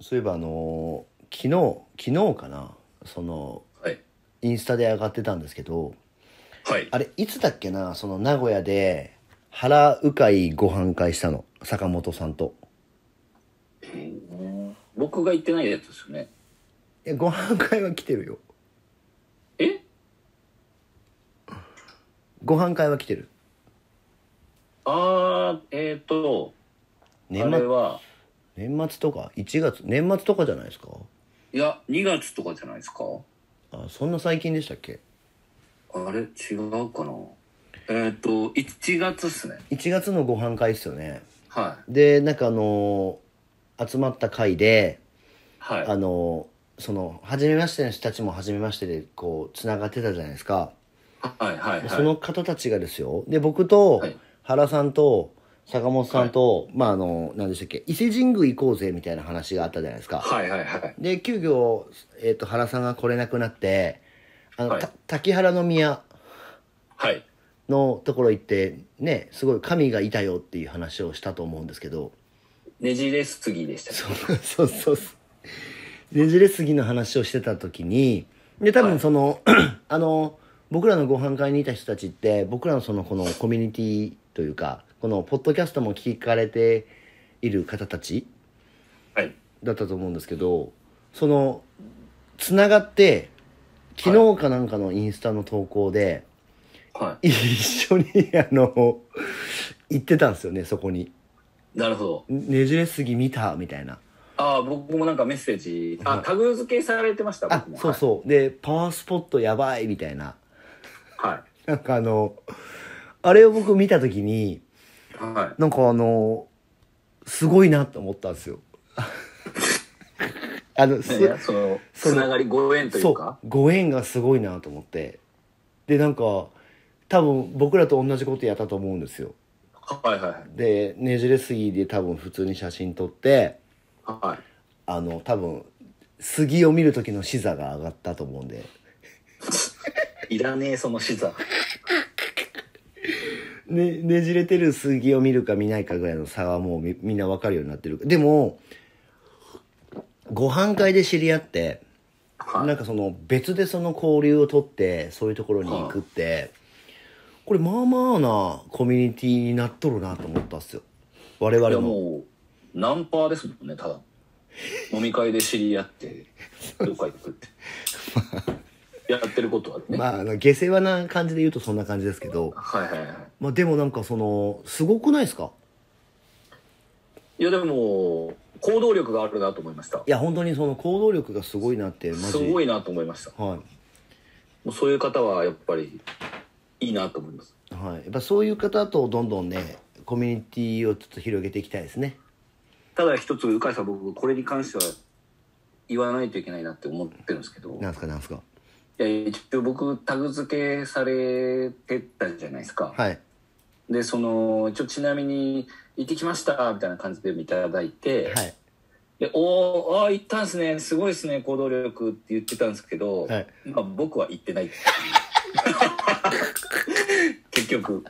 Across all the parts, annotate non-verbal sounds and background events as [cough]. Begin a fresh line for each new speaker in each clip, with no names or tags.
そういえばあのー昨日昨日かなその
はい。
インスタで上がってたんですけど
はい。
あれいつだっけなその名古屋で原鵜飼ご飯会したの坂本さんと
僕が言ってないやつですよね。
えご飯会は来てるよ
え
ご飯会は来てる
あー、えっ、ー、と、あ
年
れ
末
は、
年末とか1月年末とかじゃないですか
いや、2月とかじゃないですか
あそんな最近でしたっけ
あれ違うかなえっ、ー、と、1月っすね。
1月のご飯会ですよね
は
でなんかあのー集まった会で
い。はい。
あのその初めましての人たちも初めましてでこうつながってたじゃないですか、
はい。はい。はい。
その方たちがですよで僕と
はい
原さんと坂本さんと、まああの何でしたっけ伊勢神宮行こうぜみたいな話があったじゃないですか、
はい。はい。はい。
で急遽、えー、と原さんが来れなくなってあの、
はい
た滝原の宮
はい。
のところ行ってねすごい神がいたよっていう話をしたと思うんですけど
ねじれすぎでしたね。
そうそうそうそうねじれすぎの話をしてた時にで多分その、 [clears throat] あの僕らのご飯会にいた人たちって僕らのそのこのコミュニティというかこのポッドキャストも聞かれている方たち
はい。
だったと思うんですけどそのつながって昨日かなんかのインスタの投稿で、
は
一緒にあの行ってたんですよねそこに
い。なるほど。
ねじれすぎ見たみたいな
ああ、僕もなんかメッセージ、あ、タグ付けされてました、
あ
僕も。
そうそう、でパワースポットやばいみたいな
は
なんかあのあれを僕見た時に
い。は
なんかあのすごいなと思ったんですよあの
い。
す
ねいやその、
その
つながりご縁とい
そうう
か。
ご縁がすごいなと思ってでなんか多分僕らと同じことやったと思うんですよ
はいはいはい。
でねじれすぎで多分普通に写真撮って
はい。
あの多分杉を見る時の視座が上がったと思うんで
いらねえその視座
ねねじれてる杉を見るか見ないかぐらいの差はもうみみんなわかるようになってるでもご飯会で知り合って
はい
なんかその別でその交流を取ってそういうところに行くってこれまあまあなコミュニティになっとるなと思ったっすよ我
い
々
や
も
もうナンパですもんねた
[laughs]
だ飲み会で知り合ってどっか行
[laughs]
くってやってることはね、
まああの下世話な感じで言うとそんな感じですけど、
はいはいはい
まあ、でもなんかそのすごくないですか
いやでも行動力があるなと思いました
いや本当にその行動力がすごいなってマジ
すごいなと思いました
はい
もうそういう方はやっぱりいいなと思います
はい、やっぱそういう方とどんどんねコミュニティをちょっと広げていきたいですね
ただ一つ鵜飼さん僕これに関しては言わないといけないなって思ってるんですけど
なんすかなんすか
いや一応僕タグ付けされてたじゃないですか、
はい
でそのちょちなみに「行ってきました」みたいな感じでいただいて「
はい [laughs]
でおーあー行ったんすねすごいですね行動力」って言ってたんですけど、
はい
まあ、僕は行ってないっていう
[laughs]
結局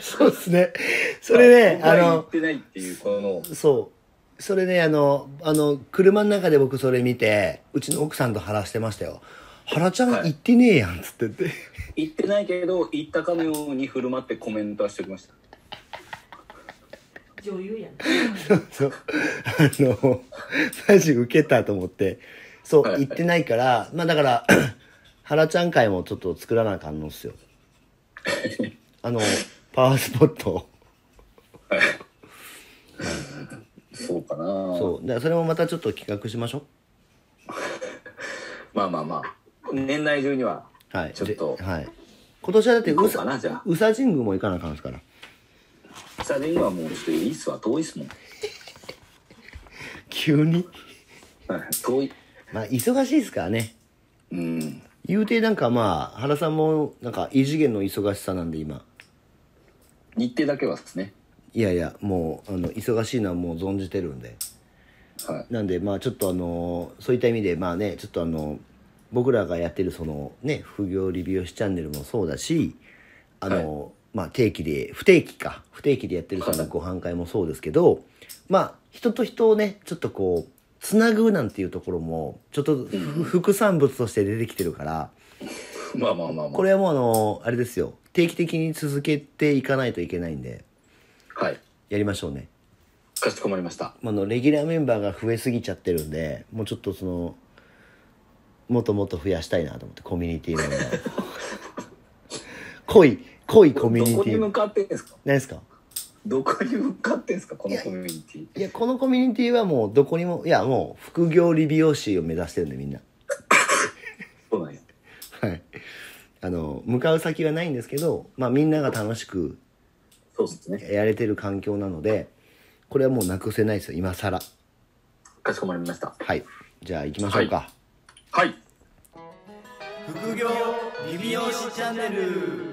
そうですねそれね
僕は
あ
行っ
の
てないっていうこの
そうそれねあのあの車の中で僕それ見てうちの奥さんと話してましたよ「原ちゃん
は
行
い
ってねえやん」っつってて
行ってないけど行ったかのように振る舞ってコメントはしておきました
女優やん。
そうあのマジウケたと思ってそう、
はいはい
行ってないからまあだから [clears throat] 原ちゃん会もちょっと作らなあかんのっすよあのパワースポットを
そうかな
そうだからそれもまたちょっと企画しましょ
まあまあまあ年内中には
うはい
ちょっと
ではい、今年はだって
行こ
宇
うか
佐
なじゃあ
宇佐神宮も行かなあかんですから
サディングはもうちょっといいっすわ遠いっすもん、
急に
はい遠い
まあ忙しいですからね
うん
言うてなんかまあ原さんもなんか異次元の忙しさなんで今
日程だけはですね
いやいやもうあの忙しいのはもう存じてるんで
はい
なんでまあちょっとあのそういった意味でまあねちょっとあの僕らがやってるそのね副業理美容師チャンネルもそうだしあの、まあ定期で不定期か不定期でやってるそのご飯会もそうですけどまあ人と人をねちょっとこうつなぐなんていうところもちょっとふ副産物として出てきてるから
[laughs] まあまあまあまあ
これはもうあのあれですよ定期的に続けていかないといけないんで
はい
やりましょうね
かしこまりました
あのレギュラーメンバーが増えすぎちゃってるんでもうちょっとそのもっともっと増やしたいなと思ってコミュニティ
[laughs]
メンバーを濃い濃いコミュニ
どこ
テ
に
ィ
向かってんですか
何ですか
どこに向かってんですかこのコミュニティ
いやこのコミュニティはもうどこにもいやもう副業理美容師を目指してるんでみんな
そうなんや
はいあの向かう先はないんですけど、まあ、みんなが楽しく
そうですね
やれてる環境なのでこれはもうなくせないですよ今更
かしこまりました
はいじゃあ行きましょうか、
はい
副業リビオシチャンネル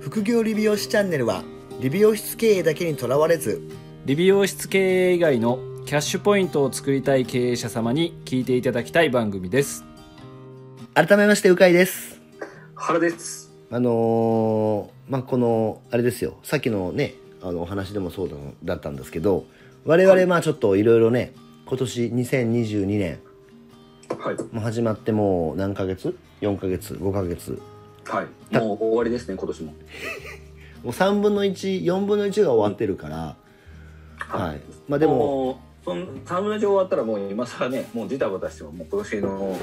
副業理美容師チャンネルは理美容室経営だけにとらわれず
理美容室経営以外のキャッシュポイントを作りたい経営者様に聞いていただきたい番組です
改めましてうかいです
原です
あのーまあこのあれですよさっきのねあのお話でもそうだだったんですけど我々まあちょっといろいろね今年2022年
はい
もう始まってもう何ヶ月 ?4 ヶ月5ヶ月
はいもう終わりですね今年も
もう3分の14分の1が終わってるから、はい、まあでも
もうそのサムネ上終わったらもう今更ねもうジタバタしてももう今年の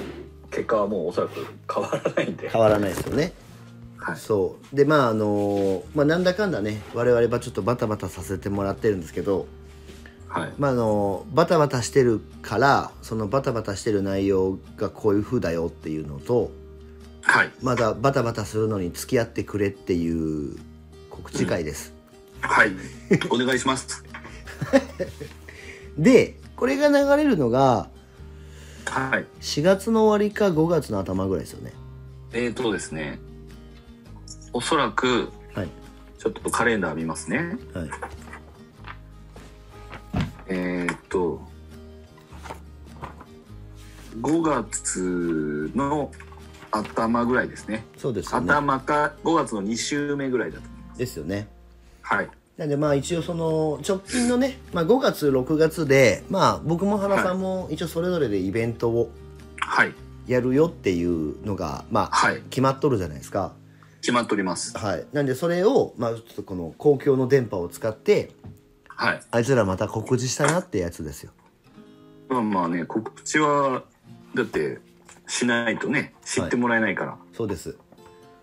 結果はもうおそらく変わらないんで
変わらないですよね、
はい
そうでまああのまあなんだかんだね我々はちょっとバタバタさせてもらってるんですけど、
はい
まあ、あのバタバタしてるからそのバタバタしてる内容がこういう風だよっていうのと
はい
まだバタバタするのに付き合ってくれっていう告知会です、
はいお願いします
でこれが流れるのが
はい
4月の終わりか5月の頭ぐらいですよね
えーとですねおそらく
はい
ちょっとカレンダー見ますね
はい
えーと5月の頭ぐらいですね
そうですよね
頭か5月の2週目ぐらいだと思います
ですよね
はい
なんでまあ一応その直近のね、まあ、5月6月でまあ僕も原さんも一応それぞれでイベントを
はい
やるよっていうのがまあ
はい
決まっとるじゃないですか
決まっております
はいなんでそれをまあちょっとこの公共の電波を使って
はい
あいつらまた告示したなってやつですよ
まあまあね告知はだってしないとね知ってもらえないから
そうです、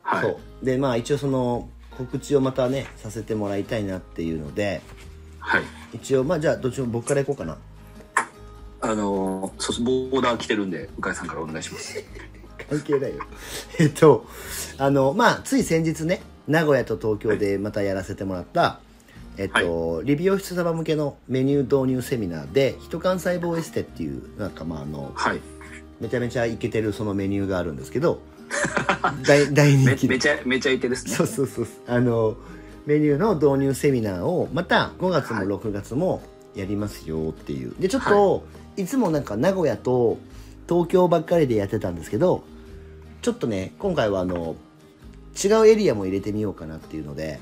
はい、
そうでまあ一応その告知をまたねさせてもらいたいなっていうので
はい、
一応まあじゃあどっちも僕からいこうかな
あのーそうそうボーダー来てるんで向井さんからお願いします
関係ないよ [laughs] えっとあのまあつい先日ね名古屋と東京でまたやらせてもらった、えっと理美容室様向けのメニュー導入セミナーで「ヒト幹細胞エステ」っていうなんかまああの
はい
めちゃめちゃイケてるそのメニューがあるんですけ
[laughs]
ど大大
め
人気
め
で
ちゃめちゃイケです
[laughs]
ね
そうそうそうあのメニューの導入セミナーをまた5月も
はい
6月もやりますよっていうでちょっと、い、つもなんか名古屋と東京ばっかりでやってたんですけどちょっとね今回はあの違うエリアも入れてみようかなっていうので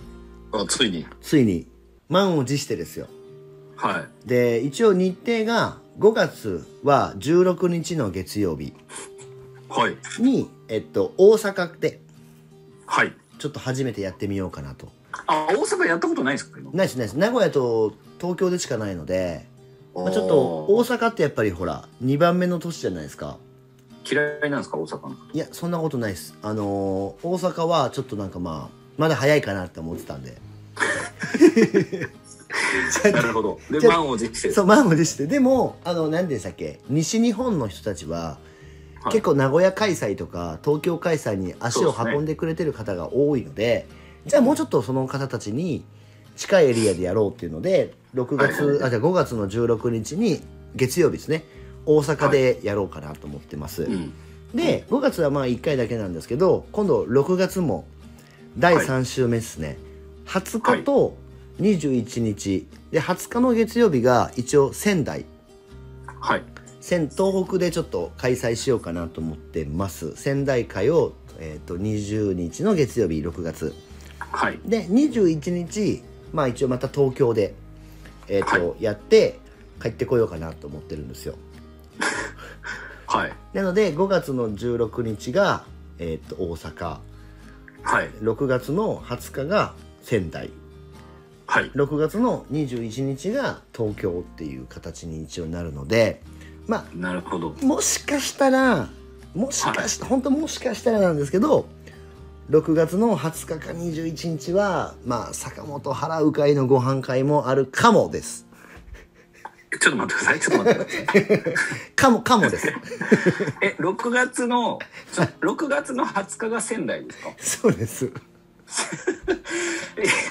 あついに
ついに満を持してですよ
は
で一応日程が5月は16日の月曜日
いはい
に、えっと、大阪で
はい
ちょっと初めてやってみようかなと
あ大阪やったことないですか今
ないですないです名古屋と東京でしかないので、まあ、ちょっと大
おー
阪ってやっぱりほら2番目の都市じゃないですか
嫌いなんですか大阪の
いやそんなことないですあのー大阪はちょっとなんかまあまだ早いかなって思ってたんで
なるほど
[laughs]
で
じゃあ
満を持して
そう満を持してでもあの何でしたっけ西日本の人たちは、
はい
結構名古屋開催とか東京開催に足を
そうですね
運んでくれてる方が多いのでじゃあもうちょっとその方たちに近いエリアでやろうっていうので6月、
はい
あじゃあ5月の16日に月曜日ですね大阪でやろうかなと思ってます、
うん
で5月はまあ1回だけなんですけど今度6月も第3週目ですね、20日と21日で20日の月曜日が一応仙台
はい
仙東北でちょっと開催しようかなと思ってます仙台会を、えー、と20日の月曜日6月
はい。
で21日まあ一応また東京で、えーと
は
やって帰ってこようかなと思ってるんですよ
はい。
なので5月の16日が、えー、と大阪
はい。
6月の20日が仙台
はい。
6月の21日が東京っていう形に一応なるのでま
なるほど。
あもしかしたらもしかした
は
本当もしかしたらなんですけど6月の20日か21日はまあ坂本原う会のご飯会もあるかもです
ちょっと待ってください。ちょっと待ってください。
かもかもです
[laughs] え、6月の、ちょ6月の20日が仙台ですかい
そうです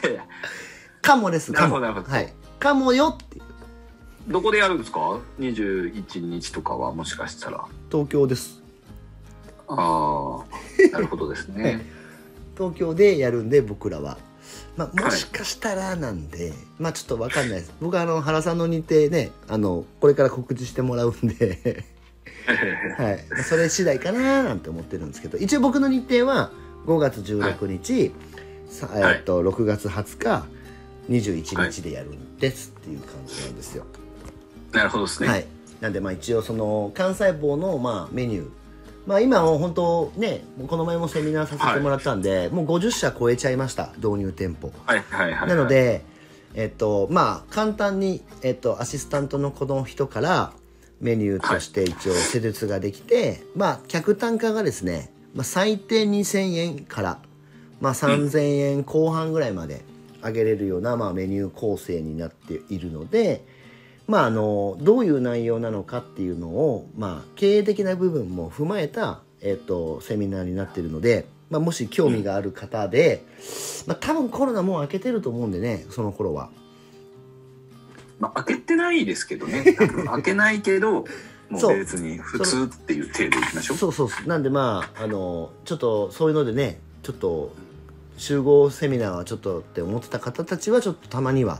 やいや
かもですかも
なるほどなるほど
はいかもよっていう
どこでやるんですか ?21 日とかはもしかしたら。
東京です
ああ、
[laughs]
なるほどですね。
東京でやるんで僕らは、まあ、もしかしたらなんで、まあちょっと分かんないです僕はあの原さんの日程ねあのこれから告知してもらうんで、はい、それ次第かななんて思ってるんですけど一応僕の日程は5月16日、さえっと6月20日21日でやるんですっていう感じなんですよ、
なるほどですね。
はい、なんでまあ一応その幹細胞のまあメニューまあ今もう本当ねこの前もセミナーさせてもらったんで、もう50社超えちゃいました導入店舗、
はいはいはい。
なの、でえっとまあ簡単に、えっと、アシスタントのこの人からメニューとして一応施術ができて、まあ客単価がですね、まあ、最低2000円から、まあ、3000円後半ぐらいまで上げれるような、まあ、メニュー構成になっているので、まあ、あのどういう内容なのかっていうのを、まあ、経営的な部分も踏まえた、えっとセミナーになっているので、まあ、もし興味がある方で、まあ、多分コロナもう明けてると思うんでねその頃は
まあ、開けてないですけ
[laughs]
どね。多分開けないけど、も
そう
う別に普通っていう程度いきましょう。
そうそうそうなんでまああのちょっとそういうのでねちょっと集合セミナーはちょっとって思ってた方たちはちょっとたまには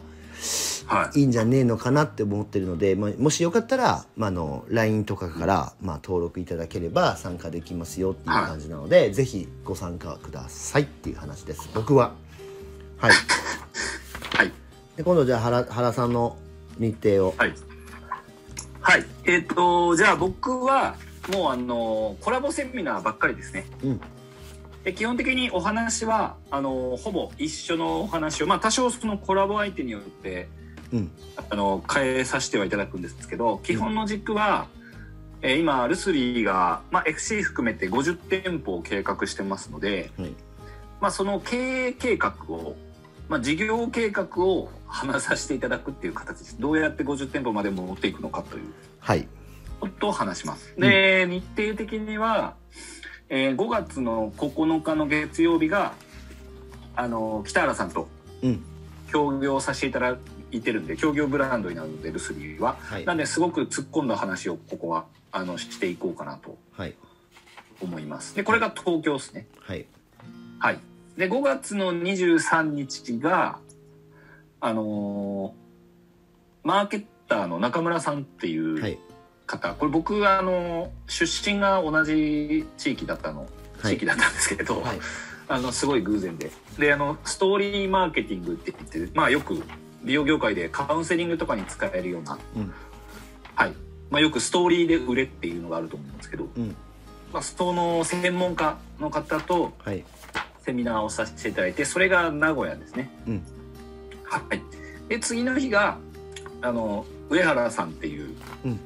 はい
いんじゃねえのかなって思ってるので、まあ、もしよかったら、まあ、あの LINE とかから、まあ、登録いただければ参加できますよっていう感じなので、ぜひご参加くださいっていう話です僕ははい
い。はい。
で今度じゃあ原原さんの日程を
はい。はい。えっ、と、じゃあ僕は、もうあの、コラボセミナーばっかりですね。
うん
で基本的にお話は、あの、ほぼ一緒のお話を、まあ多少そのコラボ相手によって、
うん
あの、変えさせてはいただくんですけど、基本の軸は、えー今、ルスリーが、まあ、FC 含めて50店舗を計画してますので、
はい
まあ、その経営計画を、まあ、事業計画を話させていただくっていう形です。どうやって50店舗まで持っていくのかという
はい
ことを話します。で、日程的には、えー5月の9日の月曜日が、あの、北原さんと
うん
協業させていただいてるんで、協業ブランドになるので、ルスリーは。
はい
なんですごく突っ込んだ話をここは、あの、していこうかなと
はい
思います。で、これが東京ですね。
はい
はい。で、5月の23日が、あのーマーケッターの中村さんっていう、
はい
方これ僕あの出身が同じ地域だったの
はい
地域だったんですけど、
はい
あのすごい偶然でであのストーリーマーケティングって言って、まあ、よく美容業界でカウンセリングとかに使えるような、
うん
はいまあ、よくストーリーで売れっていうのがあると思うんですけど、
うん
まあ、その専門家の方と
はい
セミナーをさせていただいてそれが名古屋ですね。
うん
はい、で次の日があの上原さんっていう、
うん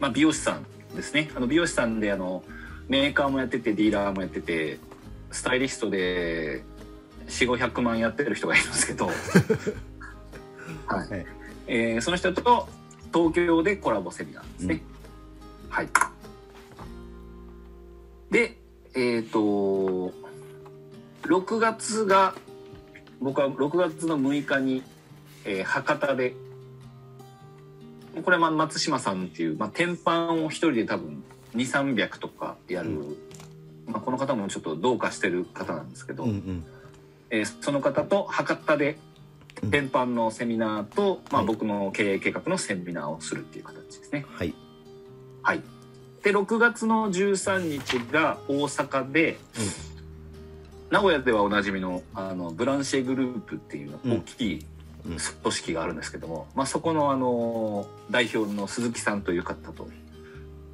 まあ、美容師さんですねあの美容師さんであのメーカーもやっててディーラーもやっててスタイリストで4500万やってる人がいるんです
[laughs]
けど、はい
はい
えーその人と東京でコラボセミナーですね。はいでえっ、と6月が僕は6月の6日に、えー博多でこれはまあ松島さんっていう、まあ、天板を一人で多分2300とかやる、
う
まあ、この方もちょっとどうかしてる方なんですけど、
うんうん
えーその方と博多で天板のセミナーと、まあ、僕の経営計画のセミナーをするっていう形ですね。
はい
はい、で6月の13日が大阪で、
う
名古屋ではおなじみのあのブランシェグループっていう
うん
大きい
うん
組織があるんですけども、まあ、そこのあの代表の鈴木さんという方と、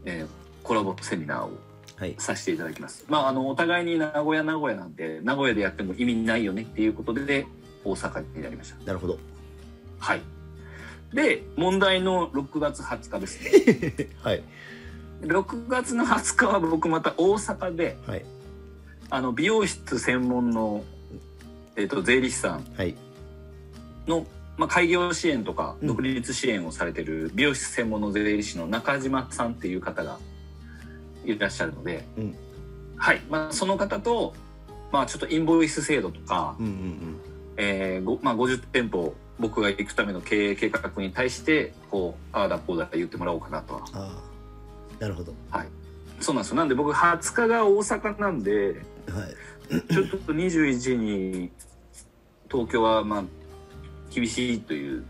えーコラボセミナーを
はい
させていただきます。まあ、あのお互いに名古屋名古屋なんで名古屋でやっても意味ないよねっていうことで大阪になりました。
なるほど [laughs]
はいで問題の6月20日ですね。 [laughs]
はい
6月の20日は僕また大阪で
はい
あの美容室専門の、えっと税理士さん
はい
の、まあ、開業支援とか
うん
独立支援をされてる美容室専門の税理士の中島さんっていう方がいらっしゃるので、
うん
はいまあ、その方と、まあ、ちょっとインボイス制度とか、
うんうん
えーごまあ、50店舗僕が行くための経営計画に対してこうああだこうだって言ってもらおうかなとは
うんああなるほど
そうなんですよなんで僕20日が大阪なんで
はい
ちょっと21に東京はまあ厳しいという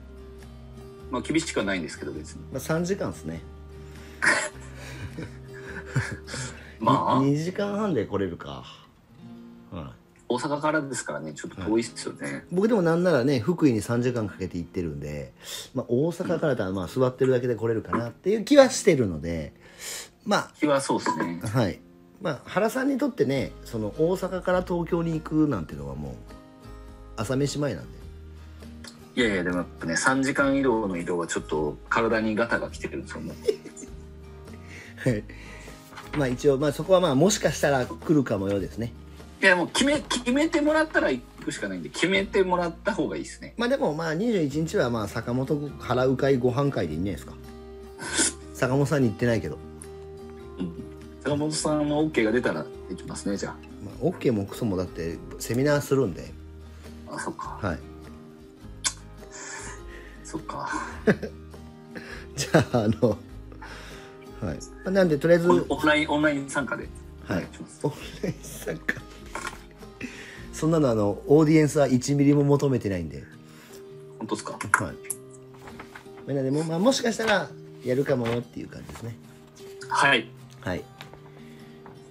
まあ厳しくはないんですけど別に
まあ3時間ですね
まあ
2時間半で来れるか、は
大阪からですからねちょっと遠いっすよね、
い、僕でもなんならね福井に3時間かけて行ってるんで、まあ、大阪からだったらまあ座ってるだけで来れるかなっていう気はしてるのでま
気はそうですね
あはいまあ原さんにとってねその大阪から東京に行くなんてのはもう朝飯前なんで
いやいやでもやっぱね3時間移動の移動はちょっと体にガタが来てるんですよね
はいまあ一応まあそこはまあもしかしたら来るかもようですね
いやもう決め決めてもらったら行くしかないんで決めてもらった方がいいですね
まあでもまあ21日はまあ坂本原う会ご飯会でいいんじゃない [laughs] ですか坂本さんに言ってないけど、
坂本さんの OK が出たらできますねじゃ
まあ、OK もクソもだってセミナーするんで
ああそっか
はい [laughs]
そっか
じゃああのはいまあなんでとりあえず、
オ
はい
ン、オンラインオンライン参加でお願いします
オンライン参加そんなのあのオーディエンスは1ミリも求めてないんで
本当ですか
はいまあなんでも,、まあ、もしかしたらやるかもよっていう感じですね
はい
はい。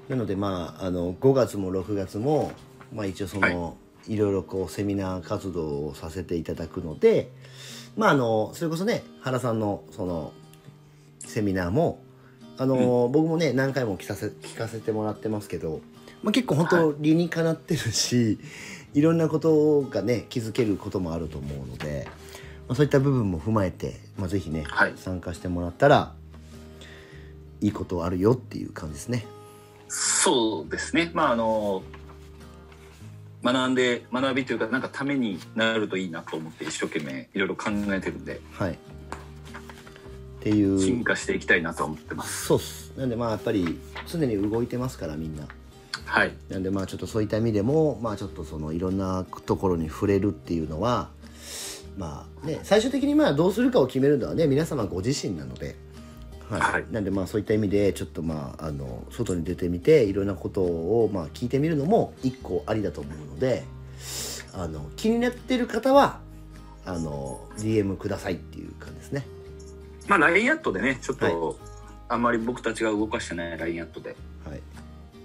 なのでまああの5月も6月もまあ一応その、い、ろいろこうセミナー活動をさせていただくので、まああのそれこそね原さんのそのセミナーもあの、僕もね何回も聞かせ聞かせてもらってますけど、まあ結構本当理にかなってるし、い、ろんなことがね気づけることもあると思うので。まあそういった部分も踏まえて、まあ、ぜひね、
はい
参加してもらったらいいことあるよっていう感じですね。
そうですね。まああの学んで学びというかなんかためになるといいなと思って一生懸命いろいろ考えてるんで
はい。ってい
進
う。
化していきたいなと思ってます。
そうっす。なんでまあやっぱり常に動いてますからみんな。
はい
なんでまあちょっとそういった意味でもまあちょっとそのいろんなところに触れるっていうのはまあね最終的にまあどうするかを決めるのはね皆様ご自身なので。はい
はい
なんでまあそういった意味でちょっとまああの外に出てみていろんなことをまあ聞いてみるのも一個ありだと思うのであの気になってる方はあの DM くださいっていう感じですね
まあラインアットでねちょっと、
は
あんまり僕たちが動かしてないラインアットで
はい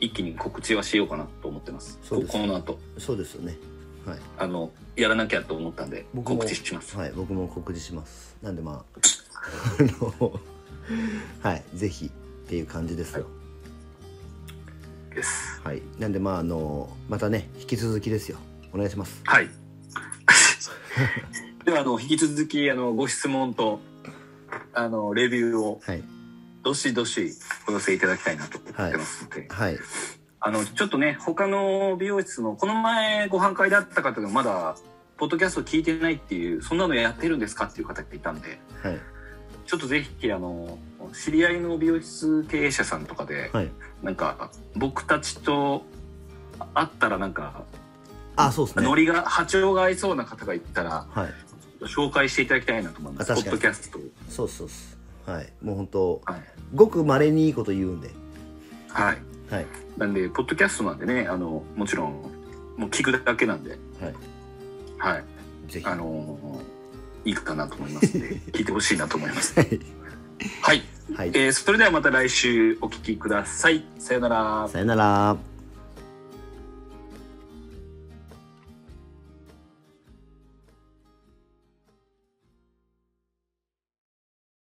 一気に告知はしようかなと思ってます。
そうです
ここの後
そうですよねはい
あのやらなきゃと思ったんで
僕も
告知します。
はい、僕も告示します。なんでまあ、あの、 [laughs] はい、ぜひっていう感じですよ。
です。
はい、なんでまあ、あの、またね、引き続きですよ。お願いします。
はい。 [laughs] ではあの引き続きあのご質問とあのレビューを
はい、
どしどしお寄せいただきたいなと思ってますので、
はい、
あのちょっとね他の美容室のこの前ご飯会だった方がまだポッドキャスト聞いてないっていうそんなのやってるんですかっていう方がいたんで
はい、
ちょっとぜひあの知り合いの美容室経営者さんとかで
はい。
なんか僕たちと会ったらなんか
あ、そうですね。
ノ
はい。
リが波長が合いそうな方がいたら紹介していただきたいなと思います
あ
ポ
確か
ッ
に
ドキャストを
そうそうす。はい、もう本当、
はい、
ごく稀にいいこと言うんで。
はい、
はい、
なんでポッドキャストなんでねあのもちろんもう聞くだけなんで
はい、
はい、
ぜひ。
あ
は
のいいかなと思いますんで聞いてほしいなと思います。はい、
い、
えーそれではまた来週お聞きください。さよなら。
さよなら。